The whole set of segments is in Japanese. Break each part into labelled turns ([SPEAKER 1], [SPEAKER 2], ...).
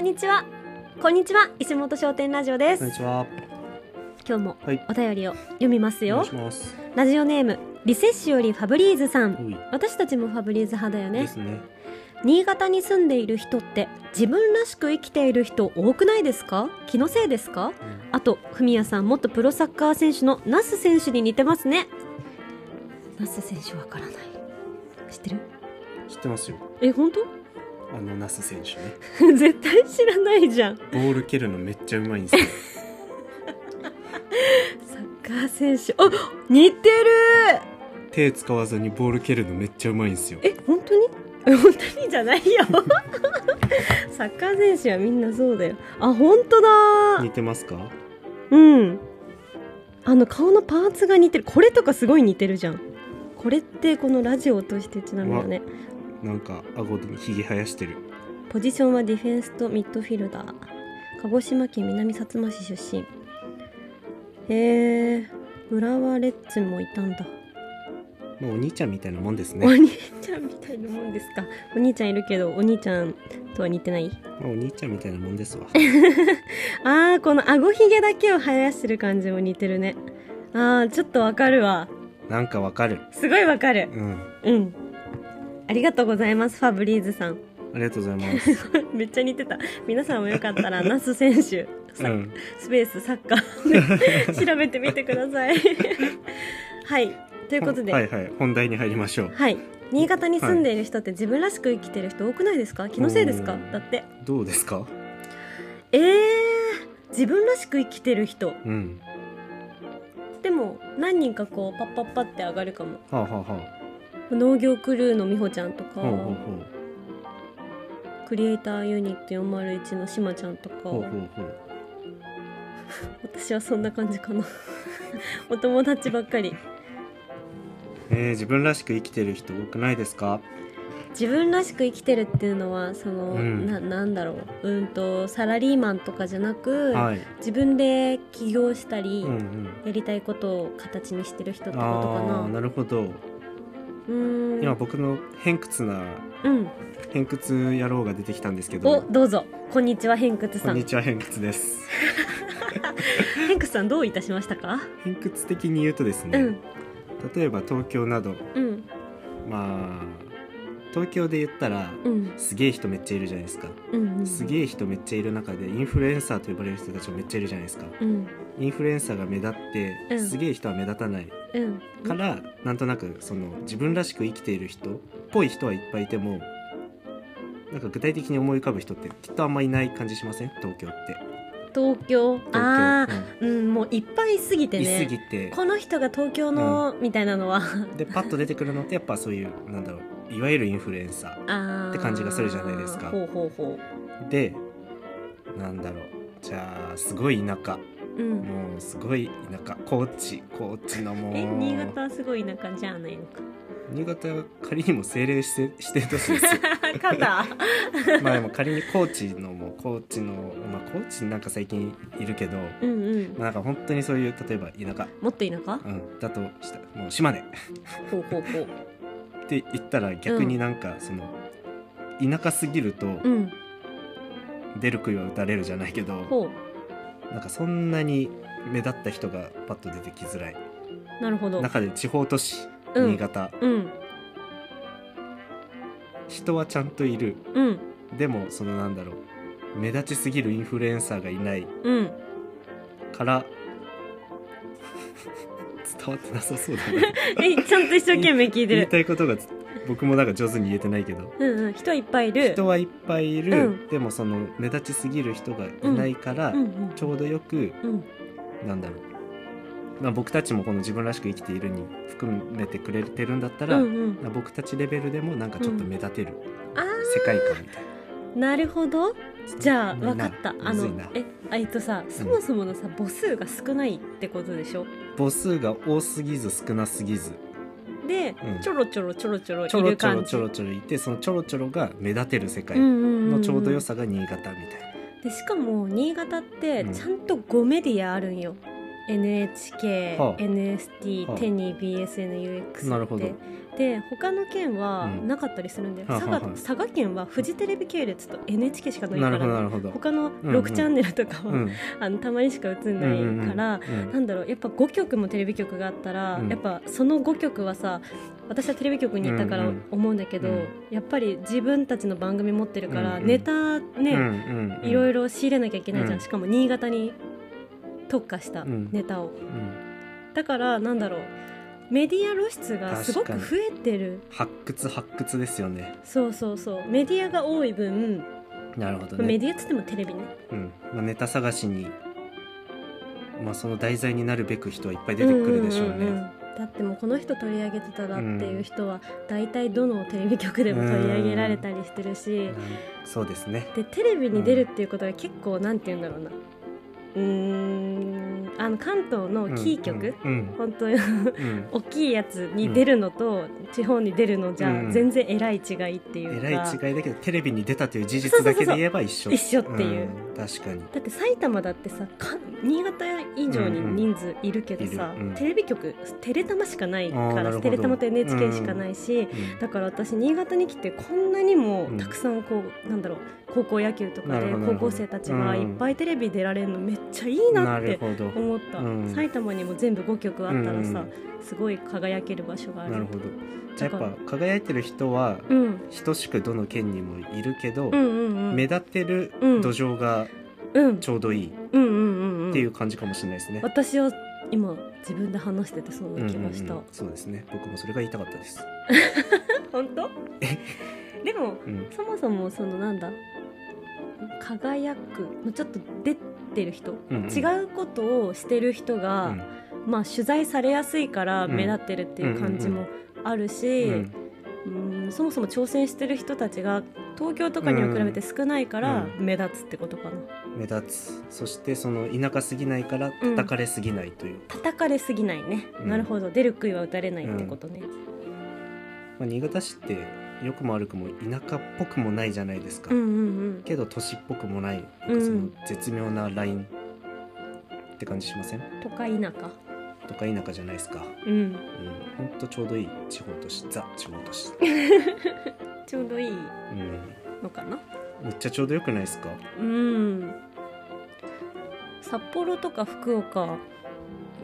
[SPEAKER 1] んにちはこんにちは石本商店ラジオで
[SPEAKER 2] こんに
[SPEAKER 1] す
[SPEAKER 2] ちは。
[SPEAKER 1] 今日も
[SPEAKER 2] はい。
[SPEAKER 1] お便りを読みます
[SPEAKER 2] お願
[SPEAKER 1] よ
[SPEAKER 2] いします。
[SPEAKER 1] ラジオネームリセッシュよりファブリーズさん
[SPEAKER 2] うい。
[SPEAKER 1] 私たちもファブリーズ派だよ
[SPEAKER 2] で
[SPEAKER 1] ね
[SPEAKER 2] すね。
[SPEAKER 1] 新潟に住んでいる人って自分らしく生きている人多くないですか気のせいですか
[SPEAKER 2] うん
[SPEAKER 1] あと文也さん元プロサッカー選手のナス選手に似てますねナス選手わからない知ってる
[SPEAKER 2] 知ってますよ。
[SPEAKER 1] え本当
[SPEAKER 2] あのナス選手ね。
[SPEAKER 1] 絶対知らないじゃん
[SPEAKER 2] ボール蹴るのめっちゃうまいんで すよ。
[SPEAKER 1] サッカー選手あ似てる
[SPEAKER 2] 手使わずにボール蹴るのめっちゃうまいんですよ。
[SPEAKER 1] え本当にえ 本当にじゃないよ サッカー選手はみんなそうだよあ本当だ
[SPEAKER 2] 似てますか？
[SPEAKER 1] うんあの顔のパーツが似てるこれとかすごい似てるじゃんこれってこのラジオとしてちなみにね
[SPEAKER 2] なんか顎にひげ生やしてる。
[SPEAKER 1] ポジションはディフェンスとミッドフィルダー鹿児島県南薩摩市出身へえ浦和レッズもいたんだ
[SPEAKER 2] まあお兄ちゃんみたいなもんですね。
[SPEAKER 1] お
[SPEAKER 2] ま
[SPEAKER 1] 兄ちゃんみたいなもんですかお兄ちゃんいるけどお兄ちゃんとは似てない
[SPEAKER 2] あお兄ちゃんみたいなもんですわ。
[SPEAKER 1] あーこの顎ひげだけを生やしてる感じも似てるねあーちょっとわかるわ
[SPEAKER 2] なんかわかる。
[SPEAKER 1] すごいわかる
[SPEAKER 2] うん。
[SPEAKER 1] うんありがとうございますファブリーズさん
[SPEAKER 2] ありがとうございます。
[SPEAKER 1] めっちゃ似てた皆さんもよかった らナス選手
[SPEAKER 2] う
[SPEAKER 1] さ
[SPEAKER 2] ん。
[SPEAKER 1] スペースサッカー で調べてみてください はいということで、
[SPEAKER 2] はいはい。本題に入りましょう。
[SPEAKER 1] はい新潟に住んでいる人って自分らしく生きてる人多くないですか気のせいですか
[SPEAKER 2] うん
[SPEAKER 1] だって
[SPEAKER 2] どうですか？
[SPEAKER 1] えー、自分らしく生きてる人
[SPEAKER 2] うん。
[SPEAKER 1] でも何人かこうパッパッパって上がるかも
[SPEAKER 2] はあ、はあは
[SPEAKER 1] 農業クルーの美穂ちゃんと
[SPEAKER 2] あ、
[SPEAKER 1] か、
[SPEAKER 2] ほうほう
[SPEAKER 1] クリエイターユニット401のしまちゃんとか、
[SPEAKER 2] ほう。ほうほうほう。
[SPEAKER 1] 私はそんな感じかな お友達ばっかり
[SPEAKER 2] えー、自分らしく生きてる人多くないですか？
[SPEAKER 1] 自分らしく生きてるっていうのはその、
[SPEAKER 2] うん
[SPEAKER 1] ななんだろううんとサラリーマンとかじゃなく、
[SPEAKER 2] はい。
[SPEAKER 1] 自分で起業したり、
[SPEAKER 2] うんうん。
[SPEAKER 1] やりたいことを形にしてる人ってことか
[SPEAKER 2] あ
[SPEAKER 1] な
[SPEAKER 2] あなるほど
[SPEAKER 1] うーん
[SPEAKER 2] 今僕の偏屈な
[SPEAKER 1] うん
[SPEAKER 2] 偏屈野郎が出てきたんですけ
[SPEAKER 1] お
[SPEAKER 2] ど
[SPEAKER 1] どうぞこんにちは偏屈
[SPEAKER 2] こ
[SPEAKER 1] さ
[SPEAKER 2] んに
[SPEAKER 1] ん
[SPEAKER 2] ちは偏屈です
[SPEAKER 1] 偏屈さんどういたしましたか、
[SPEAKER 2] 偏屈的に言うとですね、
[SPEAKER 1] うん
[SPEAKER 2] 例えば東京など
[SPEAKER 1] うん
[SPEAKER 2] まあ東京で言ったら
[SPEAKER 1] うん
[SPEAKER 2] すげえ人めっちゃいるじゃないですか、
[SPEAKER 1] うんうん
[SPEAKER 2] すげえ人めっちゃいる中でインフルエンサーと呼ばれる人たちもめっちゃいるじゃないですか
[SPEAKER 1] うん
[SPEAKER 2] インフルエンサーが目立っ
[SPEAKER 1] う
[SPEAKER 2] て
[SPEAKER 1] ん
[SPEAKER 2] すげえ人は目立たない
[SPEAKER 1] うん
[SPEAKER 2] から、なんとなくその自分らしく生きている人っぽい人はいっぱいいてもなんか具体的に思い浮かぶ人ってきっとあんまいない感じしません東京って
[SPEAKER 1] 東京ああ
[SPEAKER 2] 東京、
[SPEAKER 1] うんもういっぱいすぎ
[SPEAKER 2] う
[SPEAKER 1] て
[SPEAKER 2] ん、い
[SPEAKER 1] ね
[SPEAKER 2] すぎて
[SPEAKER 1] この人が東京の、みたいなのは
[SPEAKER 2] でパッと出てくるのってやっぱそういうなんだろういわゆるインフルエンサ
[SPEAKER 1] あー
[SPEAKER 2] って感じがするじゃないですか
[SPEAKER 1] ほうほうほ
[SPEAKER 2] ーでなんだろうじゃあすごい田舎
[SPEAKER 1] ううん
[SPEAKER 2] もうすごい田舎高知高知のもう
[SPEAKER 1] え新潟はすごい田舎じゃないの か
[SPEAKER 2] 新潟は仮にも政令してして都市ですよ
[SPEAKER 1] 肩
[SPEAKER 2] まあでも仮に高知のも高知のまあ高知なんか最近いるけど、ま
[SPEAKER 1] うんうん
[SPEAKER 2] あ、なんか本当にそういう例えば田舎、
[SPEAKER 1] もっと田舎
[SPEAKER 2] うん、だとしたもう島根 っ
[SPEAKER 1] ほうほうほう
[SPEAKER 2] て言ったら逆になんかその、田舎すぎると
[SPEAKER 1] うん
[SPEAKER 2] 出る杭は打たれるじゃないけど、
[SPEAKER 1] ほ
[SPEAKER 2] なんかそんなに目立った人がパッと出てきづらいう
[SPEAKER 1] なるほど
[SPEAKER 2] 中で地方都市
[SPEAKER 1] うん
[SPEAKER 2] 新潟、
[SPEAKER 1] うん
[SPEAKER 2] 人はちゃんといる
[SPEAKER 1] うん
[SPEAKER 2] でもそのなんだろう目立ちすぎるインフルエンサーがいない
[SPEAKER 1] うん
[SPEAKER 2] から 伝わってなさそうだね
[SPEAKER 1] えちゃんと一生懸命聞いて
[SPEAKER 2] 言い
[SPEAKER 1] る
[SPEAKER 2] たいことが僕もなんか上手に言えてないけど
[SPEAKER 1] うんうん人はいっぱいいる
[SPEAKER 2] 人はいっぱいいる、
[SPEAKER 1] うん
[SPEAKER 2] でもその目立ちすぎる人がいないから、
[SPEAKER 1] うんうん
[SPEAKER 2] ちょうどよく
[SPEAKER 1] うん
[SPEAKER 2] なんだろう、まあ、僕たちもこの自分らしく生きているに含めてくれてるんだった
[SPEAKER 1] う
[SPEAKER 2] ら、
[SPEAKER 1] んうん
[SPEAKER 2] まあ僕たちレベルでもなんかちょっと目立てる
[SPEAKER 1] あ
[SPEAKER 2] 世界観みたいな、
[SPEAKER 1] ーなるほどじゃあ
[SPEAKER 2] むずい
[SPEAKER 1] 分か
[SPEAKER 2] な
[SPEAKER 1] ったあ
[SPEAKER 2] むず
[SPEAKER 1] の
[SPEAKER 2] いな
[SPEAKER 1] えあえっとさそもそものさ母数が少ないってことでしょ
[SPEAKER 2] 母数が多すぎず少なすぎず
[SPEAKER 1] で、
[SPEAKER 2] うん
[SPEAKER 1] ちょろちょろちょろちょろ
[SPEAKER 2] ちょ
[SPEAKER 1] い
[SPEAKER 2] ろ
[SPEAKER 1] る
[SPEAKER 2] ちょろ
[SPEAKER 1] 感
[SPEAKER 2] ち
[SPEAKER 1] じ
[SPEAKER 2] ょろちょろいてそのちょろちょろが目立てる世界
[SPEAKER 1] うんうんうん
[SPEAKER 2] の
[SPEAKER 1] ん
[SPEAKER 2] ちょうど良さが新潟みたいな、
[SPEAKER 1] でしかも新潟って
[SPEAKER 2] うん
[SPEAKER 1] ちゃんと5メディアあるんよ、 NHK、
[SPEAKER 2] はあ
[SPEAKER 1] NST、
[SPEAKER 2] はあ
[SPEAKER 1] テニー BSNUX って
[SPEAKER 2] なるほど
[SPEAKER 1] で他の県は
[SPEAKER 2] うん
[SPEAKER 1] なかったりするんで、
[SPEAKER 2] はあ
[SPEAKER 1] 佐
[SPEAKER 2] はあ
[SPEAKER 1] 賀佐賀県はフジテレビ系列と NHK しかないか
[SPEAKER 2] なるほどな
[SPEAKER 1] ら
[SPEAKER 2] るほど。
[SPEAKER 1] 他の
[SPEAKER 2] うんうん
[SPEAKER 1] 6チャンネルとかは、
[SPEAKER 2] うん
[SPEAKER 1] あのたまにしか映んないから、
[SPEAKER 2] うんうんうん
[SPEAKER 1] なんだろうやっぱ5曲もテレビ局があったら、
[SPEAKER 2] うん
[SPEAKER 1] やっぱその5曲はさ私はテレビ局にいたか
[SPEAKER 2] うん
[SPEAKER 1] ら
[SPEAKER 2] うん
[SPEAKER 1] 思うんだけど、
[SPEAKER 2] うん
[SPEAKER 1] やっぱり自分たちの番組持ってるから、
[SPEAKER 2] うんうん
[SPEAKER 1] ネタね、
[SPEAKER 2] うんうん
[SPEAKER 1] いろいろ仕入れなきゃいけないじゃん、
[SPEAKER 2] うん
[SPEAKER 1] しかも新潟に特化した
[SPEAKER 2] うん
[SPEAKER 1] ネタを、
[SPEAKER 2] うん
[SPEAKER 1] だからなんだろうメディア露出がすごく増
[SPEAKER 2] 確
[SPEAKER 1] えてる
[SPEAKER 2] 発掘発掘ですよね。
[SPEAKER 1] そうそうそうメディアが多い分、
[SPEAKER 2] なるほど
[SPEAKER 1] メ
[SPEAKER 2] ね。
[SPEAKER 1] ディアっつってもテレビね
[SPEAKER 2] うんまあ、ネタ探しに、まあ、その題材になるべく人はいっぱい出てくるでしょうね。
[SPEAKER 1] んんんんだってもうこの人取り上げてたらっていう人は大体どのテレビ局でも取り上げられたりしてるし、
[SPEAKER 2] うんそうですね。
[SPEAKER 1] でテレビに出るっていうことは結構なんて言うんだろうなうーんあの関東のキー局、
[SPEAKER 2] うん
[SPEAKER 1] 本当に
[SPEAKER 2] うん
[SPEAKER 1] 大きいやつに出るのと、地方に出るのじ
[SPEAKER 2] う
[SPEAKER 1] ゃ
[SPEAKER 2] ん
[SPEAKER 1] 全然えらい違いってい
[SPEAKER 2] う
[SPEAKER 1] う
[SPEAKER 2] んえ
[SPEAKER 1] か、
[SPEAKER 2] らい違いだけどテレビに出たという事実だけで言えば一緒
[SPEAKER 1] そうそうそうそう一緒っていう
[SPEAKER 2] うん確かに
[SPEAKER 1] だって埼玉だってさか新潟以上に人数いるけどさ、
[SPEAKER 2] うんうんいるうん
[SPEAKER 1] テレビ局テレタマしかないか
[SPEAKER 2] あーなる
[SPEAKER 1] ら
[SPEAKER 2] ほど
[SPEAKER 1] テレタマと NHK しかないし、だから私新潟に来てこんなにも
[SPEAKER 2] うん
[SPEAKER 1] たくさんこう、なんだろう高校野球とか
[SPEAKER 2] なる
[SPEAKER 1] で
[SPEAKER 2] ほどなる
[SPEAKER 1] 高
[SPEAKER 2] ほ
[SPEAKER 1] 校
[SPEAKER 2] ど
[SPEAKER 1] 生たちが
[SPEAKER 2] うん
[SPEAKER 1] いっぱいテレビ出られるのめっちゃいい
[SPEAKER 2] うん
[SPEAKER 1] な
[SPEAKER 2] な
[SPEAKER 1] っ
[SPEAKER 2] る
[SPEAKER 1] て
[SPEAKER 2] ほど
[SPEAKER 1] 思った、
[SPEAKER 2] うん
[SPEAKER 1] 埼玉にも全部5局あったらさ、
[SPEAKER 2] うん
[SPEAKER 1] すごい輝ける場所がある
[SPEAKER 2] なるほどじゃあ
[SPEAKER 1] だから
[SPEAKER 2] やっぱ輝いてる人は
[SPEAKER 1] うん、
[SPEAKER 2] 等しくどの県にもいるけど、
[SPEAKER 1] うんうんうん
[SPEAKER 2] 目立ってる
[SPEAKER 1] うん
[SPEAKER 2] 土壌が
[SPEAKER 1] うん
[SPEAKER 2] ちょうどいいっ
[SPEAKER 1] うんうんうんうん
[SPEAKER 2] ていう感じかもしれないですね。
[SPEAKER 1] 私は今自分で話しててそんな気がした、
[SPEAKER 2] うんうんうんそうですね僕もそれが言いたかったです。
[SPEAKER 1] 本当でも
[SPEAKER 2] うん
[SPEAKER 1] そもそもそのなんだ輝くのちょっと出てる人、
[SPEAKER 2] うんうん
[SPEAKER 1] 違うことをしてる人
[SPEAKER 2] う
[SPEAKER 1] が、
[SPEAKER 2] ん
[SPEAKER 1] まあ取材されやすいから
[SPEAKER 2] うん
[SPEAKER 1] 目立ってるっていう感じもあるし、
[SPEAKER 2] う
[SPEAKER 1] うん
[SPEAKER 2] ん
[SPEAKER 1] そもそも挑戦してる人たちが東京とかには比べて少ないから
[SPEAKER 2] う
[SPEAKER 1] 目立つってことかな、
[SPEAKER 2] 目立つそしてその田舎すぎないから叩かれすぎないという、
[SPEAKER 1] 叩かれすぎないね、
[SPEAKER 2] うん
[SPEAKER 1] なるほど出る杭は打たれないってことね
[SPEAKER 2] まあ、新潟市って良くも悪くも田舎っぽくもないじゃないですか、
[SPEAKER 1] うんうん
[SPEAKER 2] けど都市っぽくもないなん
[SPEAKER 1] うん
[SPEAKER 2] かその絶妙なラインって感じしません
[SPEAKER 1] うん都会田舎
[SPEAKER 2] とか田舎じゃないですか、
[SPEAKER 1] うん
[SPEAKER 2] うん、ほんとちょうどいい地方都市ザ地方都市、
[SPEAKER 1] ち ょうどいい
[SPEAKER 2] うん、
[SPEAKER 1] のかな
[SPEAKER 2] めっちゃちょうどよくないですか
[SPEAKER 1] うん札幌とか福岡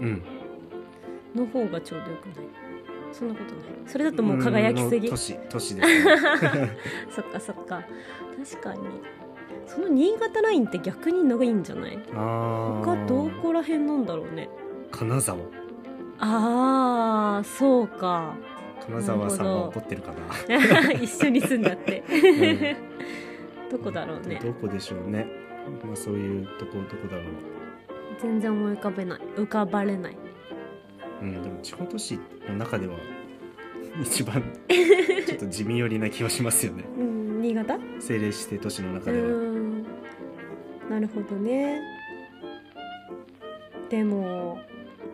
[SPEAKER 2] うん
[SPEAKER 1] の方がちょうどよくないそんなことないそれだともう輝きすぎ
[SPEAKER 2] うんもう都市都市ですね
[SPEAKER 1] そっかそっか確かにその新潟ラインって逆に長いんじゃない
[SPEAKER 2] あ
[SPEAKER 1] 他
[SPEAKER 2] ー
[SPEAKER 1] どこら辺なんだろうね
[SPEAKER 2] 金沢
[SPEAKER 1] あーそうか
[SPEAKER 2] 金沢さ
[SPEAKER 1] な
[SPEAKER 2] ん
[SPEAKER 1] る
[SPEAKER 2] は
[SPEAKER 1] ほど
[SPEAKER 2] 怒ってるかな
[SPEAKER 1] 一緒に住んだって、 どこだろうね
[SPEAKER 2] どこでしょうねまあそういうとこどこだろう
[SPEAKER 1] 全然思い浮かべない浮かばれない
[SPEAKER 2] うん、でも地方都市の中では 一番ちょっと地味寄りな気はしますよね
[SPEAKER 1] うん新潟
[SPEAKER 2] 政令指定都市の
[SPEAKER 1] う
[SPEAKER 2] 中では、
[SPEAKER 1] んなるほどねでも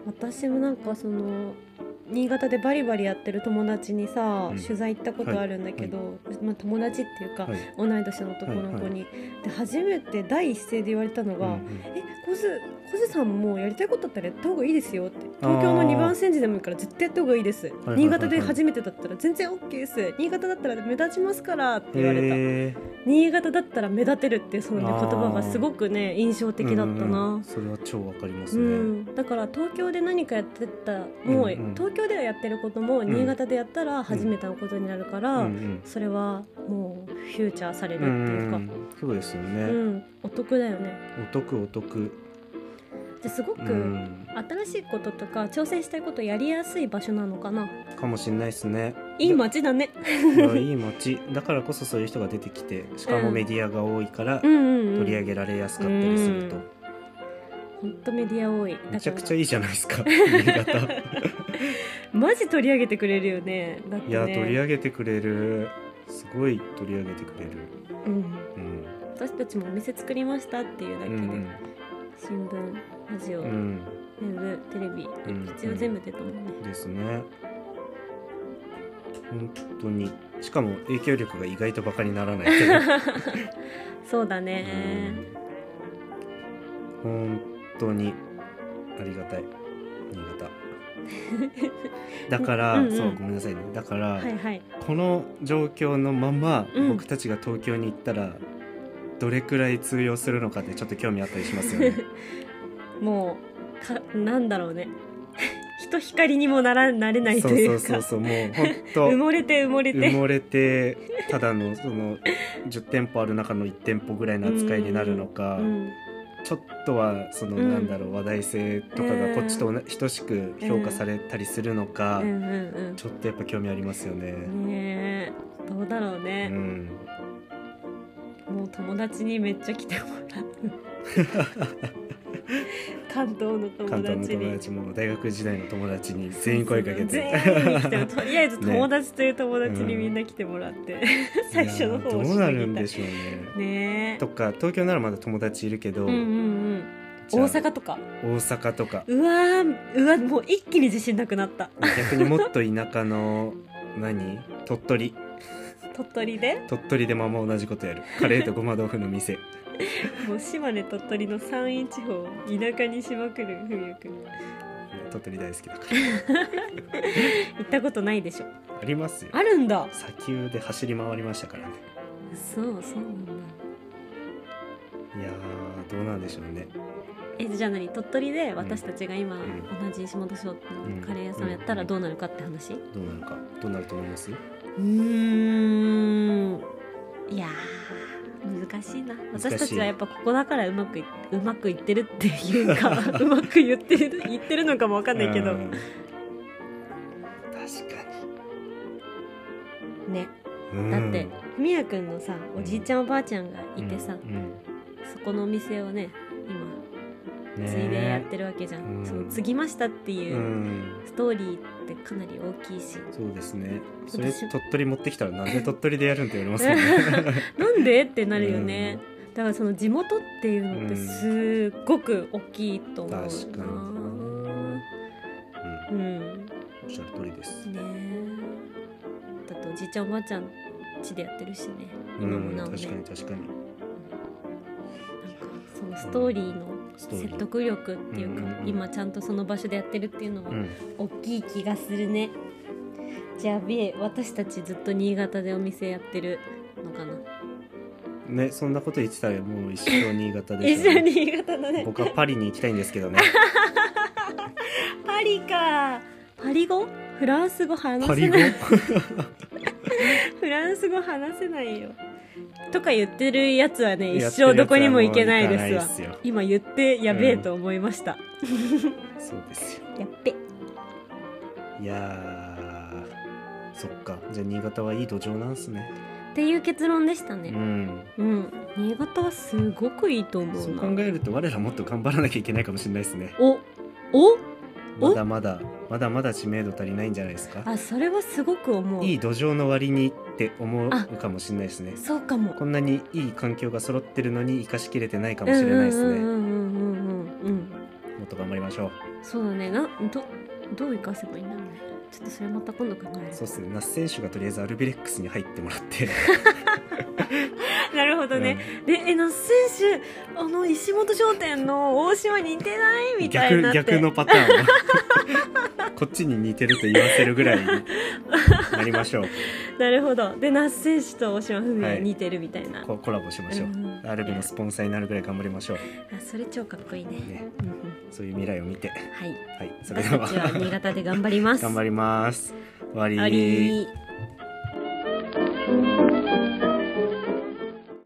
[SPEAKER 1] 私もなんかその新潟でバリバリやってる友達にさ、
[SPEAKER 2] うん
[SPEAKER 1] 取材行ったことあるんだけど、まあ、友達っていうか、
[SPEAKER 2] はい
[SPEAKER 1] 同い年の男の子に、で初めて第一声で言われたの
[SPEAKER 2] う
[SPEAKER 1] が「
[SPEAKER 2] んうん
[SPEAKER 1] えコズコズさんもやりたいことあったらやった方がいいですよ」って「東京の2番煎じでもいいから絶対やった方がいいです」
[SPEAKER 2] はい
[SPEAKER 1] 新潟で初めてだったら全然 OK です」「新潟だったら目立ちますから」って言われた。
[SPEAKER 2] へー
[SPEAKER 1] 新潟だったら目立てるっていうその、ね、言葉がすごくね印象的だったな、う
[SPEAKER 2] うん
[SPEAKER 1] ん
[SPEAKER 2] うんそれは超わかりますね、
[SPEAKER 1] だから東京で何かやってたもう、
[SPEAKER 2] うんうん
[SPEAKER 1] 東京ではやってることも新潟でやったら初めてのことになるから、
[SPEAKER 2] うんうん
[SPEAKER 1] それはもうフューチャーされる
[SPEAKER 2] う
[SPEAKER 1] っていうか、うん
[SPEAKER 2] んそうですよね、
[SPEAKER 1] お得だよね
[SPEAKER 2] お得お得、
[SPEAKER 1] ですごく、
[SPEAKER 2] うん、
[SPEAKER 1] 新しいこととか挑戦したいことやりやすい場所なのかな
[SPEAKER 2] かもしれないですね
[SPEAKER 1] いい街だね
[SPEAKER 2] いやいい街だからこそそういう人が出てきてしかもメディアが多いから
[SPEAKER 1] うんうん、う
[SPEAKER 2] 取り上
[SPEAKER 1] ん、
[SPEAKER 2] げられやすかったりすると、
[SPEAKER 1] うんほんとメディア多い
[SPEAKER 2] めちゃくちゃ
[SPEAKER 1] ゃ
[SPEAKER 2] いいじゃないで すか新潟
[SPEAKER 1] マジ取り上げてくれるよねだってね
[SPEAKER 2] いや取り上げてくれるすごい取り上げてくれる
[SPEAKER 1] うん
[SPEAKER 2] うん
[SPEAKER 1] 私たちもお店作りましたっていうだ
[SPEAKER 2] う
[SPEAKER 1] けで、
[SPEAKER 2] ん
[SPEAKER 1] 新聞ラジオ、
[SPEAKER 2] うん、う
[SPEAKER 1] ウェ
[SPEAKER 2] ん
[SPEAKER 1] ブテレビ、
[SPEAKER 2] ん
[SPEAKER 1] 必要全部出たもんね、
[SPEAKER 2] ですね本当にしかも影響力が意外とバカにならないけど、
[SPEAKER 1] そうだね、
[SPEAKER 2] うん、本当にありがたい新潟だから、
[SPEAKER 1] うんうん
[SPEAKER 2] そうごめんなさいねだから、
[SPEAKER 1] はいはい
[SPEAKER 2] この状況のまま、
[SPEAKER 1] うん
[SPEAKER 2] 僕たちが東京に行ったらどれくらい通用するのかってちょっと興味あったりしますよね
[SPEAKER 1] もうかなんだろうね 人光にもならなれないと
[SPEAKER 2] そう
[SPEAKER 1] い
[SPEAKER 2] そううそ
[SPEAKER 1] か
[SPEAKER 2] うそうもうほんと
[SPEAKER 1] 埋もれて埋もれて
[SPEAKER 2] 埋もれてただのその10店舗ある中の1店舗ぐらいの扱いになるのか、
[SPEAKER 1] うん
[SPEAKER 2] ちょっとはその、
[SPEAKER 1] うん
[SPEAKER 2] なんだろう話題性とかがこっちと同じ等しく評価されたりするのか、
[SPEAKER 1] うんうん
[SPEAKER 2] ちょっとやっぱ興味ありますよね。
[SPEAKER 1] うんねえどうだろう
[SPEAKER 2] う
[SPEAKER 1] ね、
[SPEAKER 2] ん、
[SPEAKER 1] もう友達にめっちゃ来ても らう関東の友
[SPEAKER 2] 関東の
[SPEAKER 1] 達
[SPEAKER 2] 友
[SPEAKER 1] に
[SPEAKER 2] 達も大学時代の友達に全員声かけて
[SPEAKER 1] 全員来てもとりあえず友達という友達にみんな来てもらって、 最初の方
[SPEAKER 2] いや
[SPEAKER 1] を
[SPEAKER 2] ーどうなるんでしょうね。
[SPEAKER 1] ねえ
[SPEAKER 2] とか東京ならまだ友達いるけど、
[SPEAKER 1] うんうんうん
[SPEAKER 2] じゃ
[SPEAKER 1] 大
[SPEAKER 2] あ
[SPEAKER 1] 阪とか
[SPEAKER 2] 大阪とか
[SPEAKER 1] うわーうわもう一気に自信なくなった
[SPEAKER 2] 逆にもっと田舎の何鳥取
[SPEAKER 1] 鳥取で
[SPEAKER 2] 鳥取でまま同じことやるカレーとごま豆腐の店
[SPEAKER 1] もう島根鳥取の山陰地方を田舎にしまくるふみやくん
[SPEAKER 2] 鳥取大好きだか
[SPEAKER 1] 行ったことないでしょ
[SPEAKER 2] らありますよ
[SPEAKER 1] あるんだ
[SPEAKER 2] 砂丘で走り回りましたからね
[SPEAKER 1] そうそうなんだ
[SPEAKER 2] いやーどうなんでしょうね
[SPEAKER 1] えじゃあ何鳥取で私たちが今
[SPEAKER 2] ん
[SPEAKER 1] 同じ下田商店
[SPEAKER 2] うん
[SPEAKER 1] のカレー屋さんをやったらどうなるかって話う
[SPEAKER 2] どうなるかどうなると思います
[SPEAKER 1] ーんいやー難しいな
[SPEAKER 2] 難しい
[SPEAKER 1] 私たちはやっぱここだからうまくいうまくいってるっていう かうまく言ってる言ってるのかもわかんないけど
[SPEAKER 2] うん確か
[SPEAKER 1] ね
[SPEAKER 2] に、うん
[SPEAKER 1] だってふみやくんのさおじいちゃんおばあちゃんがいてさ、
[SPEAKER 2] うん
[SPEAKER 1] そこのお店をね今
[SPEAKER 2] うんね
[SPEAKER 1] 継いでやってるわけじゃん、
[SPEAKER 2] うん
[SPEAKER 1] その継ぎましたって
[SPEAKER 2] え
[SPEAKER 1] いううんストーリーってかなり大きいし、
[SPEAKER 2] そうですねそれ
[SPEAKER 1] 私も
[SPEAKER 2] 鳥取持ってきたらなんで鳥取でやるんって言われます よね
[SPEAKER 1] なんでってなるよね、だからその地元っていうのってすっごく大きいと思うな、
[SPEAKER 2] 確かにうん
[SPEAKER 1] うん
[SPEAKER 2] おっしゃる通りです。
[SPEAKER 1] ねえだっておじいちゃんおばあちゃん家でやってるしね
[SPEAKER 2] う
[SPEAKER 1] 今も
[SPEAKER 2] ん、
[SPEAKER 1] なおね
[SPEAKER 2] 確かに確かに。
[SPEAKER 1] なんかそのストーリーの
[SPEAKER 2] ストーリ
[SPEAKER 1] 説
[SPEAKER 2] ー。
[SPEAKER 1] 得力っていうか、
[SPEAKER 2] うんうんうん
[SPEAKER 1] 今ちゃんとその場所でやってるっていうのは
[SPEAKER 2] うん、
[SPEAKER 1] 大きい気がするねじゃあべえ私たちずっと新潟でお店やってるのかな
[SPEAKER 2] ね、そんなこと言ってたらもう一生新潟で
[SPEAKER 1] 一
[SPEAKER 2] す、
[SPEAKER 1] 緒に新潟だね
[SPEAKER 2] 僕はパリに行きたいんです けどね。
[SPEAKER 1] パリかパリ語フランス語話
[SPEAKER 2] パ
[SPEAKER 1] せ
[SPEAKER 2] リ語
[SPEAKER 1] ない フランス語話せないよとか言ってるやつはね 一生どこにも行けないですわ
[SPEAKER 2] やってるやつはもう行かないっすよ
[SPEAKER 1] 今言ってやべえと思いました、
[SPEAKER 2] そうですよ。
[SPEAKER 1] やっべ
[SPEAKER 2] いやー、そっか。じゃあ新潟はいい土壌なんすね。
[SPEAKER 1] っていう結論でした
[SPEAKER 2] う
[SPEAKER 1] ね
[SPEAKER 2] ん。
[SPEAKER 1] うん、新潟はすごくいいと思
[SPEAKER 2] そうう
[SPEAKER 1] な
[SPEAKER 2] 考えると我らもっと頑張らなきゃいけないかもしれないですね。
[SPEAKER 1] おおお
[SPEAKER 2] まだまだまだまだ知名度足りないんじゃないですか。
[SPEAKER 1] あそれはすごく思う
[SPEAKER 2] いい土壌の割にって思うかもしれないですね。
[SPEAKER 1] そうかも
[SPEAKER 2] こんなにいい環境が揃ってるのに生かしきれてないかもしれないですね。
[SPEAKER 1] うんうん
[SPEAKER 2] も
[SPEAKER 1] うんうんうんうん
[SPEAKER 2] っと頑張りましょう。
[SPEAKER 1] うんそうだねなどどう生かせばいいんだろうねちょっとそれまた今度考え
[SPEAKER 2] そうですね。那須選手がとりあえずアルビレックスに入ってもらって。
[SPEAKER 1] る なるほどね、でえ那須選手あの石本商店の大島似てない
[SPEAKER 2] うん
[SPEAKER 1] みたいにな
[SPEAKER 2] 逆
[SPEAKER 1] って
[SPEAKER 2] 逆のパターンを こっちに似てると言わせるぐらいになりましょう。
[SPEAKER 1] なるほどで那須選手と大島文
[SPEAKER 2] は
[SPEAKER 1] 也
[SPEAKER 2] い
[SPEAKER 1] 似てるみたいな、
[SPEAKER 2] こコラボしましょう。
[SPEAKER 1] んん
[SPEAKER 2] アルビのスポンサーになるぐらい頑張りましょう。
[SPEAKER 1] あそれ超かっこいいね
[SPEAKER 2] ね、
[SPEAKER 1] うんうん
[SPEAKER 2] そういう未来を見て。
[SPEAKER 1] はい
[SPEAKER 2] はい、それ
[SPEAKER 1] 私た
[SPEAKER 2] では
[SPEAKER 1] ちは新潟で頑張ります
[SPEAKER 2] 頑張
[SPEAKER 1] り
[SPEAKER 2] ります。終わ
[SPEAKER 1] ありー